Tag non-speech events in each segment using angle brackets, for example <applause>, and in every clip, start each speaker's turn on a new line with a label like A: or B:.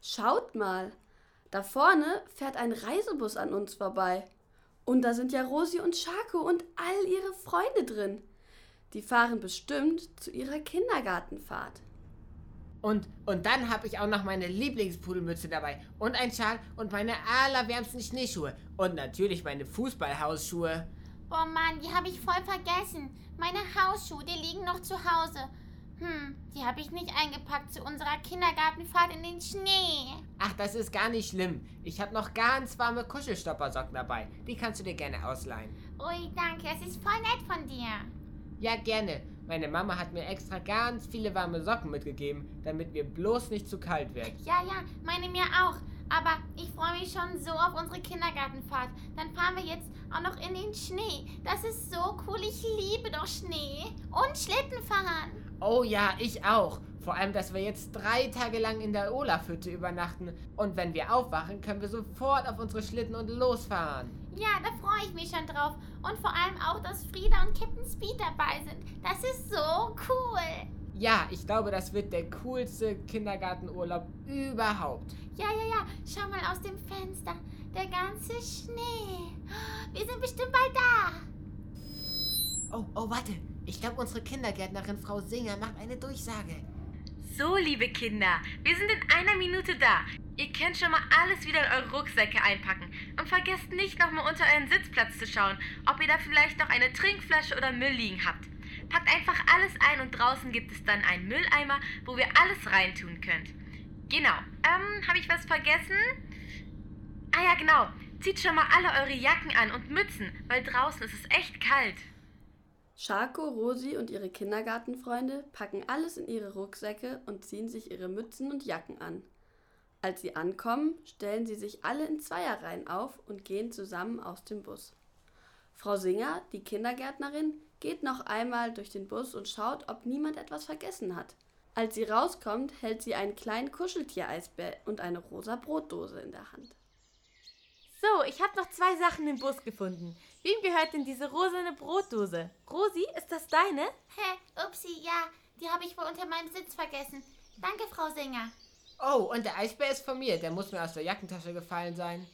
A: Schaut mal, da vorne fährt ein Reisebus an uns vorbei. Und da sind ja Rosi und Schako und all ihre Freunde drin. Die fahren bestimmt zu ihrer Kindergartenfahrt.
B: Und, und dann habe ich auch noch meine Lieblingspudelmütze dabei und ein Schal und meine allerwärmsten Schneeschuhe und natürlich meine Fußballhausschuhe.
C: Oh Mann, die habe ich voll vergessen. Meine Hausschuhe, die liegen noch zu Hause. Hm, die habe ich nicht eingepackt zu unserer Kindergartenfahrt in den Schnee.
B: Ach, das ist gar nicht schlimm. Ich habe noch ganz warme Kuschelstoppersocken dabei. Die kannst du dir gerne ausleihen.
C: Ui, danke, das ist voll nett von dir.
B: Ja, gerne. Meine Mama hat mir extra ganz viele warme Socken mitgegeben, damit mir bloß nicht zu kalt wird.
C: Ja, ja, meine mir auch. Aber ich freue mich schon so auf unsere Kindergartenfahrt. Dann fahren wir jetzt auch noch in den Schnee. Das ist so cool. Ich liebe doch Schnee. Und Schlittenfahren.
B: Oh ja, ich auch. Vor allem, dass wir jetzt drei Tage lang in der Olafhütte übernachten. Und wenn wir aufwachen, können wir sofort auf unsere Schlitten und losfahren.
C: Ja, da freue ich mich schon drauf. Und vor allem auch, dass Frieda und Captain Speed dabei sind. Das ist so cool.
B: Ja, ich glaube, das wird der coolste Kindergartenurlaub überhaupt.
C: Ja, ja, ja. Schau mal aus dem Fenster. Der ganze Schnee. Wir sind bestimmt bald da.
B: Oh, oh, warte. Ich glaube, unsere Kindergärtnerin Frau Singer macht eine Durchsage.
D: So, liebe Kinder, wir sind in einer Minute da. Ihr könnt schon mal alles wieder in eure Rucksäcke einpacken. Und vergesst nicht nochmal unter euren Sitzplatz zu schauen, ob ihr da vielleicht noch eine Trinkflasche oder Müll liegen habt. Packt einfach alles ein und draußen gibt es dann einen Mülleimer, wo wir alles reintun könnt. Genau. Ähm, habe ich was vergessen? Ah ja, genau. Zieht schon mal alle eure Jacken an und Mützen, weil draußen ist es echt kalt.
A: Schako, Rosi und ihre Kindergartenfreunde packen alles in ihre Rucksäcke und ziehen sich ihre Mützen und Jacken an. Als sie ankommen, stellen sie sich alle in Zweierreihen auf und gehen zusammen aus dem Bus. Frau Singer, die Kindergärtnerin, geht noch einmal durch den Bus und schaut, ob niemand etwas vergessen hat. Als sie rauskommt, hält sie einen kleinen Kuscheltiereisbär und eine rosa Brotdose in der Hand.
E: So, ich habe noch zwei Sachen im Bus gefunden. Wem gehört denn diese rosane Brotdose? Rosi, ist das deine?
C: Hä, upsi, ja. Die habe ich wohl unter meinem Sitz vergessen. Danke, Frau Singer.
B: Oh, und der Eisbär ist von mir. Der muss mir aus der Jackentasche gefallen sein.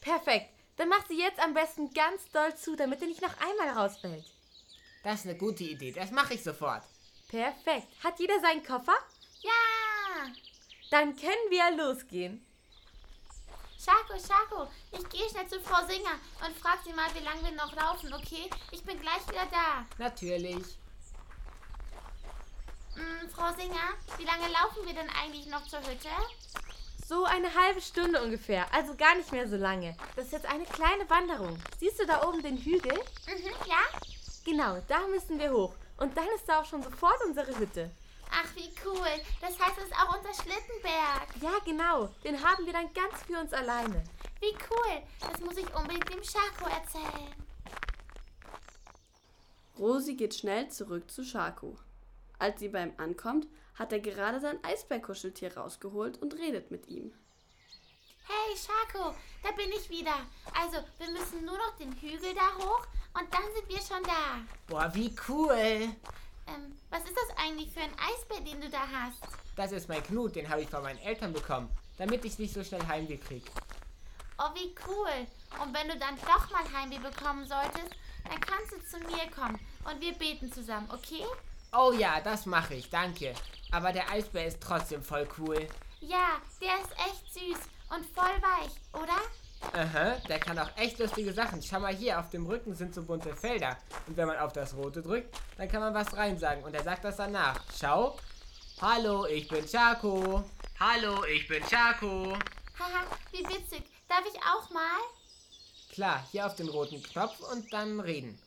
E: Perfekt. Dann mach sie jetzt am besten ganz doll zu, damit er nicht noch einmal rausfällt.
B: Das ist eine gute Idee. Das mache ich sofort.
E: Perfekt. Hat jeder seinen Koffer?
C: Ja!
E: Dann können wir losgehen.
C: Schako, Schako, ich gehe schnell zu Frau Singer und frag sie mal, wie lange wir noch laufen, okay? Ich bin gleich wieder da.
B: Natürlich.
C: Hm, Frau Singer, wie lange laufen wir denn eigentlich noch zur Hütte?
E: So eine halbe Stunde ungefähr, also gar nicht mehr so lange. Das ist jetzt eine kleine Wanderung. Siehst du da oben den Hügel?
C: Mhm, ja?
E: Genau, da müssen wir hoch. Und dann ist da auch schon sofort unsere Hütte.
C: Ach, wie cool. Das heißt, es ist auch unser Schlittenberg.
E: Ja, genau. Den haben wir dann ganz für uns alleine.
C: Wie cool. Das muss ich unbedingt dem Schako erzählen.
A: Rosi geht schnell zurück zu Schako. Als sie bei ihm ankommt, hat er gerade sein Eisbärkuscheltier rausgeholt und redet mit ihm.
C: Hey, Schako, da bin ich wieder. Also, wir müssen nur noch den Hügel da hoch und dann sind wir schon da.
B: Boah, wie cool.
C: Ähm, was ist das eigentlich für ein Eisbär, den du da hast?
B: Das ist mein Knut, den habe ich von meinen Eltern bekommen, damit ich nicht so schnell Heimweh krieg.
C: Oh, wie cool. Und wenn du dann doch mal Heimweh bekommen solltest, dann kannst du zu mir kommen und wir beten zusammen, okay?
B: Oh ja, das mache ich, danke. Aber der Eisbär ist trotzdem voll cool.
C: Ja, der ist echt süß und voll weich, oder?
B: Aha, der kann auch echt lustige Sachen. Schau mal hier, auf dem Rücken sind so bunte Felder. Und wenn man auf das Rote drückt, dann kann man was reinsagen. Und er sagt das danach. Schau. Hallo, ich bin Schako. Hallo, ich bin Schako.
C: Haha, wie witzig. Darf ich auch mal?
B: Klar, hier auf den roten Knopf und dann reden.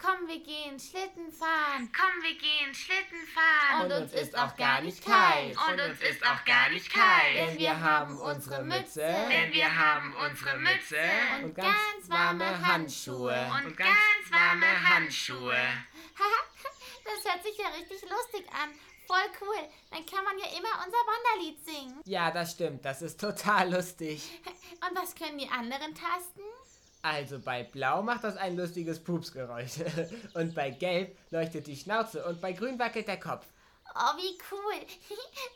C: Komm, wir gehen Schlitten fahren.
D: Komm, wir gehen Schlitten fahren.
C: Und uns ist auch gar nicht kalt.
D: Und uns ist auch gar nicht kalt.
C: Denn wir haben unsere Mütze
D: Denn wir haben unsere Mütze
C: und, ganz warme Handschuhe.
D: und ganz warme Handschuhe.
C: Haha, <laughs> das hört sich ja richtig lustig an. Voll cool. Dann kann man ja immer unser Wanderlied singen.
B: Ja, das stimmt. Das ist total lustig.
C: Und was können die anderen Tasten?
B: Also bei Blau macht das ein lustiges Pupsgeräusch. <laughs> Und bei Gelb leuchtet die Schnauze und bei Grün wackelt der Kopf.
C: <laughs> Oh, wie cool.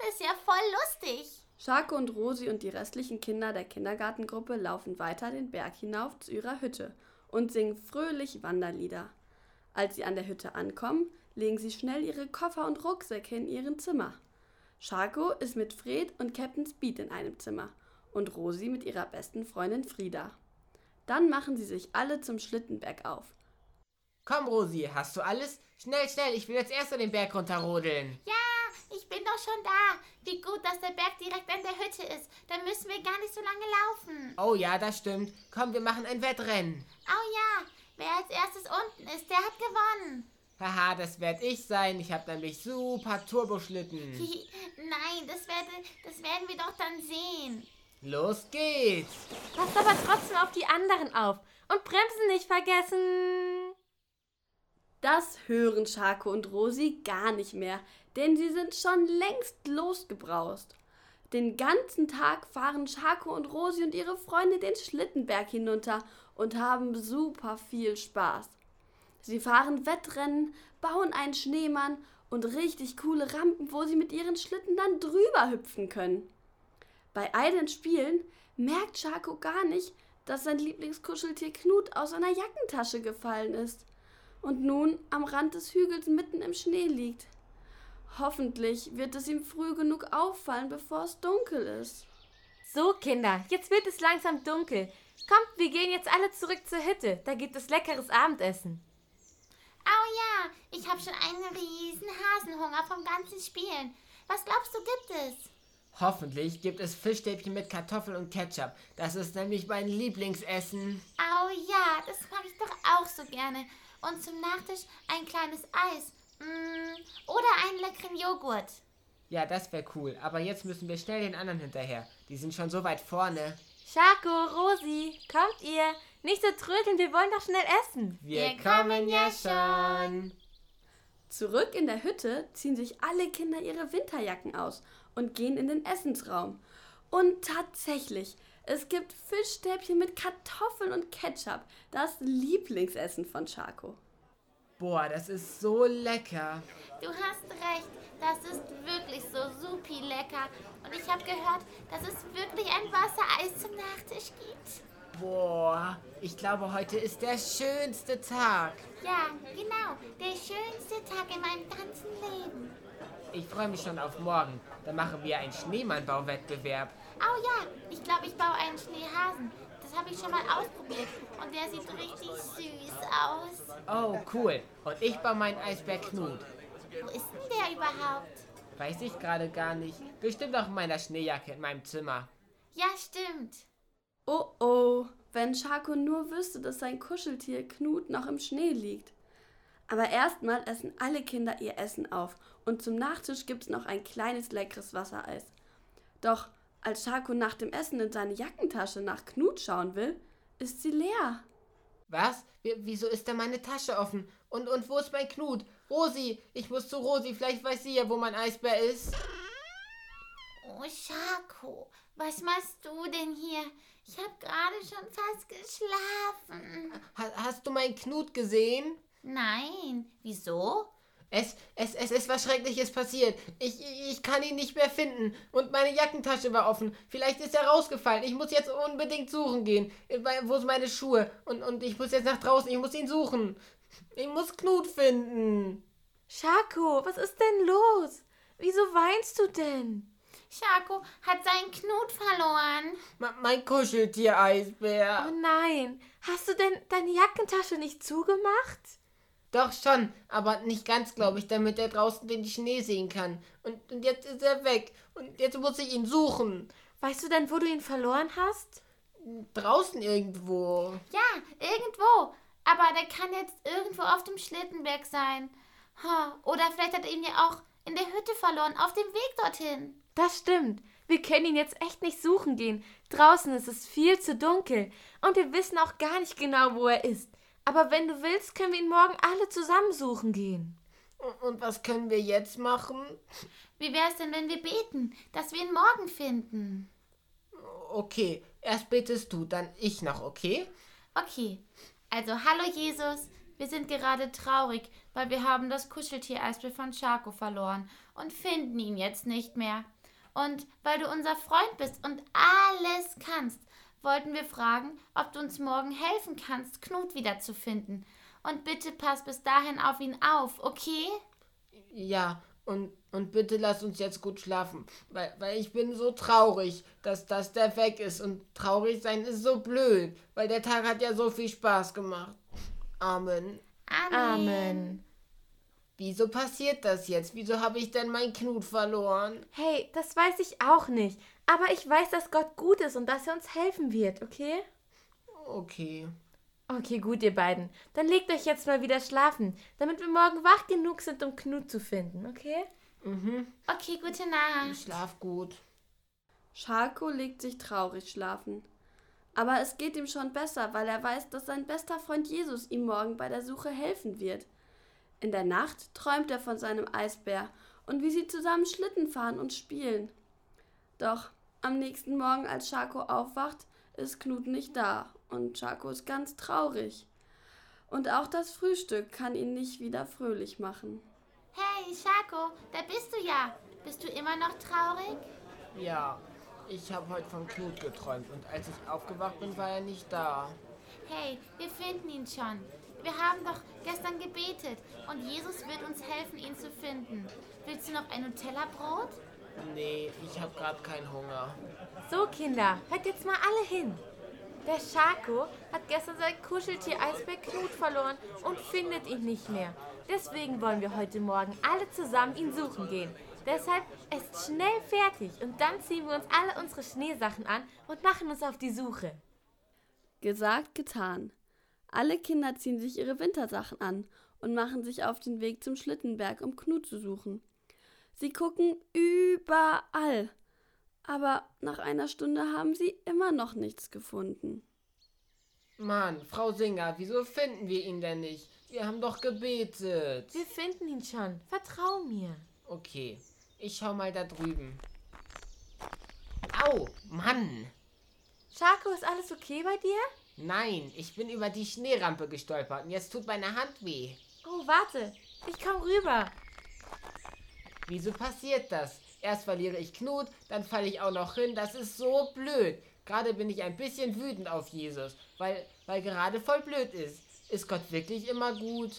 C: Das ist ja voll lustig.
A: Schako und Rosi und die restlichen Kinder der Kindergartengruppe laufen weiter den Berg hinauf zu ihrer Hütte und singen fröhlich Wanderlieder. Als sie an der Hütte ankommen, legen sie schnell ihre Koffer und Rucksäcke in ihren Zimmer. Schako ist mit Fred und Captain Speed in einem Zimmer und Rosi mit ihrer besten Freundin Frieda. Dann machen sie sich alle zum Schlittenberg auf.
B: Komm, Rosi, hast du alles? Schnell, schnell, ich will jetzt erst mal den Berg runterrodeln.
C: Ich bin doch schon da. Wie gut, dass der Berg direkt an der Hütte ist. Dann müssen wir gar nicht so lange laufen.
B: Oh ja, das stimmt. Komm, wir machen ein Wettrennen.
C: Oh ja, wer als erstes unten ist, der hat gewonnen. <laughs>
B: Haha, das werd ich sein. Ich hab nämlich super Turboschlitten.
C: Hihi. Nein, das, werde, das werden wir doch dann sehen.
B: Los geht's.
E: Passt aber trotzdem auf die anderen auf. Und Bremsen nicht vergessen.
A: Das hören Schako und Rosi gar nicht mehr, denn sie sind schon längst losgebraust. Den ganzen Tag fahren Schako und Rosi und ihre Freunde den Schlittenberg hinunter und haben super viel Spaß. Sie fahren Wettrennen, bauen einen Schneemann und richtig coole Rampen, wo sie mit ihren Schlitten dann drüber hüpfen können. Bei all den Spielen merkt Schako gar nicht, dass sein Lieblingskuscheltier Knut aus seiner Jackentasche gefallen ist und nun am Rand des Hügels mitten im Schnee liegt. Hoffentlich wird es ihm früh genug auffallen, bevor es dunkel ist.
E: So, Kinder, jetzt wird es langsam dunkel. Kommt, wir gehen jetzt alle zurück zur Hütte. Da gibt es leckeres Abendessen.
C: Oh ja, ich habe schon einen riesen Hasenhunger vom ganzen Spielen. Was glaubst du, gibt es?
B: Hoffentlich gibt es Fischstäbchen mit Kartoffeln und Ketchup. Das ist nämlich mein Lieblingsessen.
C: Oh ja, das mag ich doch auch so gerne. Und zum Nachtisch ein kleines Eis. Mm, oder einen leckeren Joghurt.
B: Ja, das wäre cool. Aber jetzt müssen wir schnell den anderen hinterher. Die sind schon so weit vorne.
E: Schako, Rosi, kommt ihr? Nicht so trödeln, wir wollen doch schnell essen.
B: Wir
C: kommen ja schon.
A: Zurück in der Hütte ziehen sich alle Kinder ihre Winterjacken aus und gehen in den Essensraum. Und tatsächlich, es gibt Fischstäbchen mit Kartoffeln und Ketchup, das Lieblingsessen von Schako.
B: Boah, das ist so lecker.
C: Du hast recht, das ist wirklich so supi lecker. Und ich habe gehört, dass es wirklich ein Wassereis zum Nachtisch gibt.
B: Boah, ich glaube, heute ist der schönste Tag.
C: Ja, genau, der schönste Tag in meinem ganzen Leben.
B: Ich freue mich schon auf morgen. Da machen wir einen Schneemannbauwettbewerb.
C: Oh ja, ich glaube, ich baue einen Schneehasen. Das habe ich schon mal ausprobiert und der sieht richtig süß aus.
B: Oh, cool. Und ich baue meinen Eisberg Knut.
C: Wo ist denn der überhaupt?
B: Weiß ich gerade gar nicht. Bestimmt auch in meiner Schneejacke in meinem Zimmer.
C: Ja, stimmt.
A: Oh oh, wenn Schako nur wüsste, dass sein Kuscheltier Knut noch im Schnee liegt. Aber erstmal essen alle Kinder ihr Essen auf und zum Nachtisch gibt's noch ein kleines leckeres Wassereis. Doch als Schako nach dem Essen in seine Jackentasche nach Knut schauen will, ist sie leer.
B: Was? W wieso ist da meine Tasche offen? Und, und wo ist mein Knut? Rosi, ich muss zu Rosi. Vielleicht weiß sie ja, wo mein Eisbär ist.
C: Oh, Schako, was machst du denn hier? Ich habe gerade schon fast geschlafen.
B: Ha hast du meinen Knut gesehen?
C: Nein, wieso?
B: Es, es, es ist was Schreckliches passiert. Ich, ich ich kann ihn nicht mehr finden. Und meine Jackentasche war offen. Vielleicht ist er rausgefallen. Ich muss jetzt unbedingt suchen gehen. Äh, weil- Wo sind meine Schuhe? Und, und ich muss jetzt nach draußen. Ich muss ihn suchen. Ich muss Knut finden.
E: Schako, was ist denn los? Wieso weinst du denn?
C: Schako hat seinen Knut verloren.
B: Me- mein Kuscheltier-Eisbär.
E: Oh nein, hast du denn deine Jackentasche nicht zugemacht?
B: Doch schon, aber nicht ganz, glaube ich, damit er draußen den Schnee sehen kann. Und, und jetzt ist er weg. Und jetzt muss ich ihn suchen.
E: Weißt du denn, wo du ihn verloren hast?
B: Draußen irgendwo.
C: Ja, irgendwo. Aber der kann jetzt irgendwo auf dem Schlittenberg sein. Ha, Oder vielleicht hat er ihn ja auch in der Hütte verloren, auf dem Weg dorthin.
E: Das stimmt. Wir können ihn jetzt echt nicht suchen gehen. Draußen ist es viel zu dunkel. Und wir wissen auch gar nicht genau, wo er ist. Aber wenn du willst, können wir ihn morgen alle zusammen suchen gehen.
B: Und, und was können wir jetzt machen?
C: Wie wäre es denn, wenn wir beten, dass wir ihn morgen finden?
B: Okay, erst betest du, dann ich noch, okay?
C: Okay, also hallo Jesus, wir sind gerade traurig, weil wir haben das Kuscheltier-Eisbär von Schako verloren und finden ihn jetzt nicht mehr. Und weil du unser Freund bist und alles kannst, wollten wir fragen, ob du uns morgen helfen kannst, Knut wiederzufinden. Und bitte pass bis dahin auf ihn auf, okay?
B: Ja, und, und bitte lass uns jetzt gut schlafen, weil, weil ich bin so traurig, dass, dass der weg ist. Und traurig sein ist so blöd, weil der Tag hat ja so viel Spaß gemacht. Amen.
C: Amen.
E: Amen.
B: Wieso passiert das jetzt? Wieso habe ich denn meinen Knut verloren?
E: Hey, das weiß ich auch nicht. Aber ich weiß, dass Gott gut ist und dass er uns helfen wird, okay?
B: Okay.
E: Okay, gut, ihr beiden. Dann legt euch jetzt mal wieder schlafen, damit wir morgen wach genug sind, um Knut zu finden, okay?
C: Okay, gute Nacht.
B: Schlaf gut.
A: Scharko legt sich traurig schlafen. Aber es geht ihm schon besser, weil er weiß, dass sein bester Freund Jesus ihm morgen bei der Suche helfen wird. In der Nacht träumt er von seinem Eisbär und wie sie zusammen Schlitten fahren und spielen. Doch am nächsten Morgen, als Scharko aufwacht, ist Knut nicht da und Scharko ist ganz traurig. Und auch das Frühstück kann ihn nicht wieder fröhlich machen.
C: Hey, Schako, da bist du ja. Bist du immer noch traurig?
B: Ja, ich habe heute von Knut geträumt und als ich aufgewacht bin, war er nicht da.
C: Hey, wir finden ihn schon. Wir haben doch gestern gebetet und Jesus wird uns helfen, ihn zu finden. Willst du noch ein Nutella-Brot?
B: Nee, ich habe gerade keinen Hunger.
E: So, Kinder, hört jetzt mal alle hin. Der Schako hat gestern sein Kuscheltier Eisbär Knut verloren und findet ihn nicht mehr. Deswegen wollen wir heute Morgen alle zusammen ihn suchen gehen. Deshalb esst schnell fertig und dann ziehen wir uns alle unsere Schneesachen an und machen uns auf die Suche.
A: Gesagt, getan. Alle Kinder ziehen sich ihre Wintersachen an und machen sich auf den Weg zum Schlittenberg, um Knut zu suchen. Sie gucken überall, aber nach einer Stunde haben sie immer noch nichts gefunden.
B: Mann, Frau Singer, wieso finden wir ihn denn nicht? Wir haben doch gebetet.
E: Wir finden ihn schon. Vertrau mir.
B: Okay, ich schau mal da drüben. Au, Mann!
E: Schako, ist alles okay bei dir?
B: Nein, ich bin über die Schneerampe gestolpert und jetzt tut meine Hand weh.
E: Oh, warte. Ich komm rüber.
B: Wieso passiert das? Erst verliere ich Knut, dann falle ich auch noch hin. Das ist so blöd. Gerade bin ich ein bisschen wütend auf Jesus, weil, weil gerade voll blöd ist. Ist Gott wirklich immer gut?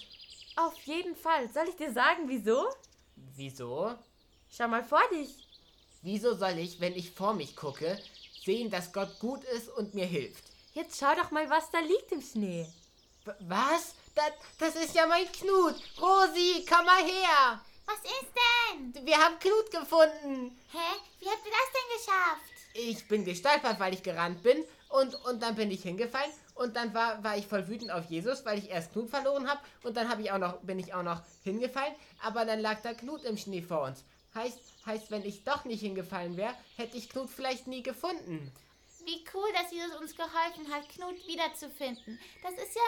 E: Auf jeden Fall. Soll ich dir sagen, wieso?
B: Wieso?
E: Schau mal vor dich.
B: Wieso soll ich, wenn ich vor mich gucke, sehen, dass Gott gut ist und mir hilft?
E: Jetzt schau doch mal, was da liegt im Schnee.
B: W- Was? Das, das ist ja mein Knut. Rosi, komm mal her.
C: Was ist denn?
B: Wir haben Knut gefunden.
C: Hä? Wie habt ihr das denn geschafft?
B: Ich bin gestolpert, weil ich gerannt bin. Und, und dann bin ich hingefallen. Und dann war, war ich voll wütend auf Jesus, weil ich erst Knut verloren habe. Und dann hab ich auch noch, bin ich auch noch hingefallen. Aber dann lag da Knut im Schnee vor uns. Heißt, heißt wenn ich doch nicht hingefallen wäre, hätte ich Knut vielleicht nie gefunden.
C: Wie cool, dass Jesus uns geholfen hat, Knut wiederzufinden. Das ist ja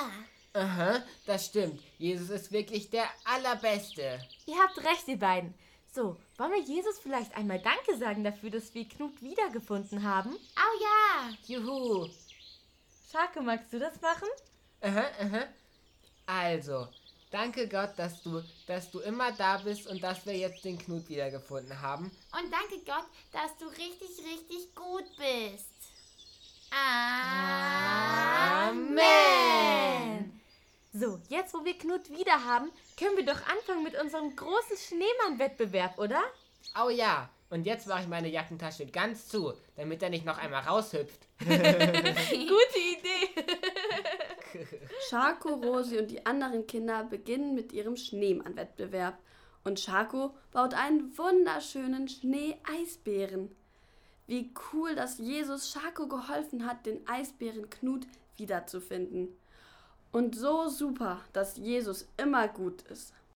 C: mega.
B: Aha, das stimmt. Jesus ist wirklich der Allerbeste.
E: Ihr habt recht, ihr beiden. So, wollen wir Jesus vielleicht einmal Danke sagen dafür, dass wir Knut wiedergefunden haben?
C: Au ja.
B: Juhu.
E: Schako, magst du das machen?
B: Aha, aha. Also, danke Gott, dass du, dass du immer da bist und dass wir jetzt den Knut wiedergefunden haben.
C: Und danke Gott, dass du richtig, richtig gut bist. Ah. Amen.
E: So, jetzt wo wir Knut wieder haben, können wir doch anfangen mit unserem großen Schneemann-Wettbewerb, oder?
B: Oh ja, und jetzt mache ich meine Jackentasche ganz zu, damit er nicht noch einmal raushüpft.
E: <laughs> Gute Idee.
A: Scharko, Rosi und die anderen Kinder beginnen mit ihrem Schneemann-Wettbewerb. Und Scharko baut einen wunderschönen Schnee-Eisbären. Wie cool, dass Jesus Scharko geholfen hat, den Eisbären Knut wiederzufinden. Und so super, dass Jesus immer gut ist.